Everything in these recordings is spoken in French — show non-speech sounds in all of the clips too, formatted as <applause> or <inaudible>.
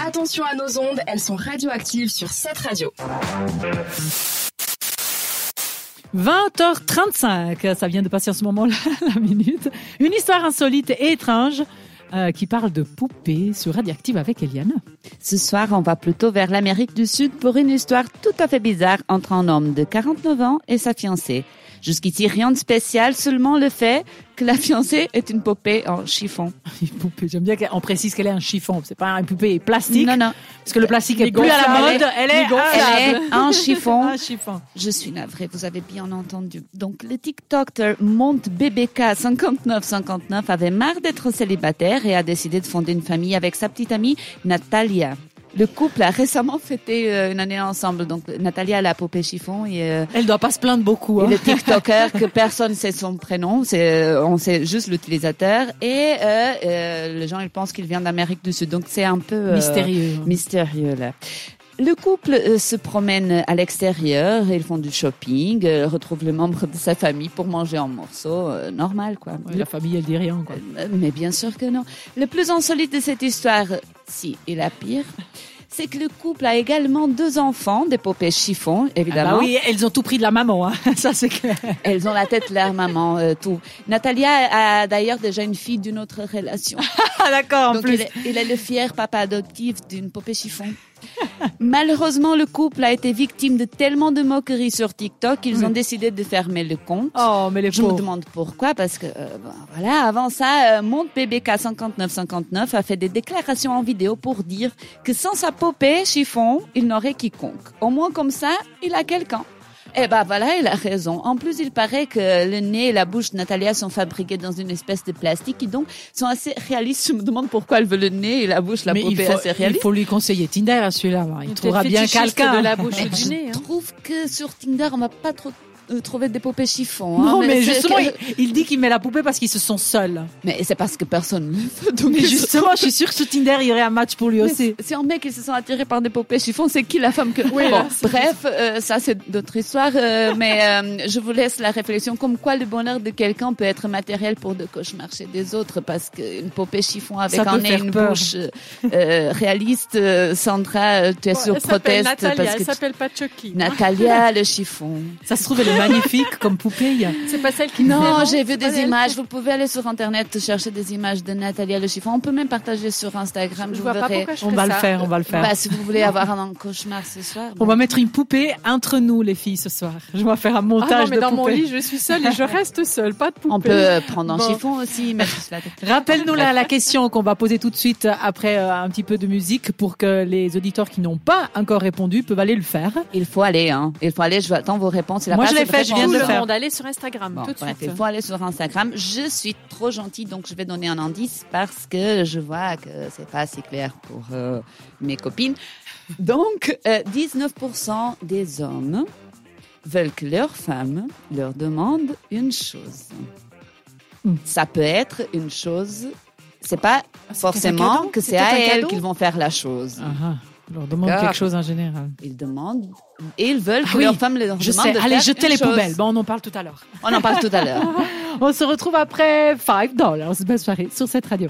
Attention à nos ondes, elles sont radioactives sur cette radio. 20h35, ça vient de passer en ce moment-là, <laughs> la minute. Une histoire insolite et étrange euh, qui parle de poupées sur Radioactive avec Eliane. Ce soir, on va plutôt vers l'Amérique du Sud pour une histoire tout à fait bizarre entre un homme de 49 ans et sa fiancée. Jusqu'ici, rien de spécial, seulement le fait que la fiancée est une poupée en chiffon. <laughs> Une poupée, j'aime bien qu'on précise qu'elle est un chiffon. C'est pas une poupée plastique. Non, non. Parce que le plastique est plus gonflable. à la mode. Elle est, Elle est un chiffon. <laughs> un chiffon. Je suis navrée, vous avez bien entendu. Donc, le TikToker MonteBBK5959 avait marre d'être célibataire et a décidé de fonder une famille avec sa petite amie Natalia. Le couple a récemment fêté euh, une année ensemble. Donc, Natalia a la poupée chiffon et, euh, Elle doit pas se plaindre beaucoup. et hein. le TikToker que personne sait son prénom. C'est, euh, on sait juste l'utilisateur. Et euh, euh, les gens, ils pensent qu'il vient d'Amérique du Sud. Donc, c'est un peu... euh, Mystérieux. mystérieux là. Le couple euh, se promène à l'extérieur, ils font du shopping, euh, retrouvent les membres de sa famille pour manger en morceaux, euh, normal quoi. Ouais, la famille, elle dit rien. Quoi. Euh, Mais bien sûr que non. Le plus insolite de cette histoire, si, et la pire, c'est que le couple a également deux enfants, des poupées chiffons, Ah évidemment. bah oui, elles ont tout pris de la maman. Hein. <laughs> Ça, c'est clair. Elles ont la tête là, maman, euh, tout. Natalia a d'ailleurs déjà une fille d'une autre relation. Ah, d'accord, en Donc, plus. Il, est, il est le fier papa adoptif d'une poupée chiffon. Malheureusement, le couple a été victime de tellement de moqueries sur TikTok qu'ils ont décidé de fermer le compte. Oh, mais les Je me pauvres. demande pourquoi, parce que euh, ben, voilà, avant ça, euh, Monte PBK 5959 a fait des déclarations en vidéo pour dire que sans sa poupée chiffon, il n'aurait quiconque. Au moins comme ça, il a quelqu'un. Eh ben voilà, il a raison. En plus, il paraît que le nez et la bouche de Natalia sont fabriqués dans une espèce de plastique qui donc sont assez réalistes. Je me demande pourquoi elle veut le nez et la bouche, la mais il poupée faut, assez il réaliste. faut lui conseiller Tinder à celui-là. hein. Il Peut-être trouvera bien fétichiste quelqu'un. de la bouche ou Mais du nez. Je hein. trouve que sur Tinder, on va pas trop euh, trouver des poupées chiffons. hein. Non, mais c'est- justement, il, il dit qu'il met la poupée parce qu'ils se sont seuls. Mais c'est parce que personne ne le fait. Donc <laughs> Mais ils se justement, je suis sûre que sur Tinder, il y aurait un match pour lui Mais aussi. Si un mec, ils se sont attirés par des poupées chiffons, c'est qui la femme que... Oui, là, bref, euh, ça c'est d'autres histoires, euh, mais euh, je vous laisse la réflexion comme quoi le bonheur de quelqu'un peut être matériel pour de cauchemars chez des autres, parce qu'une poupée chiffon avec Ça peut un nez et faire une peur. bouche euh, euh, réaliste, euh, Sandra, euh, tu es Bon, sur elle s'appelle proteste Natalia, parce elle que... tu- s'appelle <laughs> pas Chucky. Natalia, le chiffon. Ça se trouve, elle est magnifique comme poupée. C'est pas celle qui Non, fait, j'ai vu C'est pas des elle. images. Vous pouvez aller sur Internet chercher des images de Natalia le chiffon. On peut même partager sur Instagram. Je, Je vous vois pas verrai. pourquoi je On ferais va le ça. faire, on va le faire. Bah, si vous voulez avoir un cauchemar ce soir. On bah, va mettre une poupée entre nous, les filles, ce soir. Je vais faire un Ah non, montage mais de dans mon poupées. lit, je suis seule et je reste seule, pas de poupée. On peut euh, prendre un Bon. chiffon aussi, mettre sur la tête. Rappelle-nous la, la question qu'on va poser tout de suite après euh, un petit peu de musique pour que les auditeurs qui n'ont pas encore répondu peuvent aller le faire. Il faut aller, hein. Il faut aller, je attends vos réponses. Il a Moi, pas je assez l'ai de fait, je viens Tout de réponses. le le faire. monde, allez sur Instagram, Bon, tout de bref, suite. il faut aller sur Instagram. Je suis trop gentille, donc je vais donner un indice parce que je vois que c'est pas assez clair pour euh, mes copines. Donc, euh, 19% des hommes veulent que leur femme leur demande une chose. Hmm. Ah, Ça peut être une chose. C'est pas un forcément cadeau que c'est C'était un à elle cadeau qu'ils vont faire la chose. Ah, ah. Je leur demande D'accord. quelque chose en général. Ils demandent et ils veulent Ah que oui, leur femme leur Je demande sais, de allez faire jeter une les chose. poubelles. Bon, on en parle tout à l'heure. On en parle tout <laughs> à l'heure. On se retrouve après 5 dollars. Bonne soirée sur cette radio.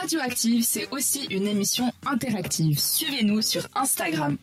Radioactive, c'est aussi une émission interactive. Suivez-nous sur Instagram.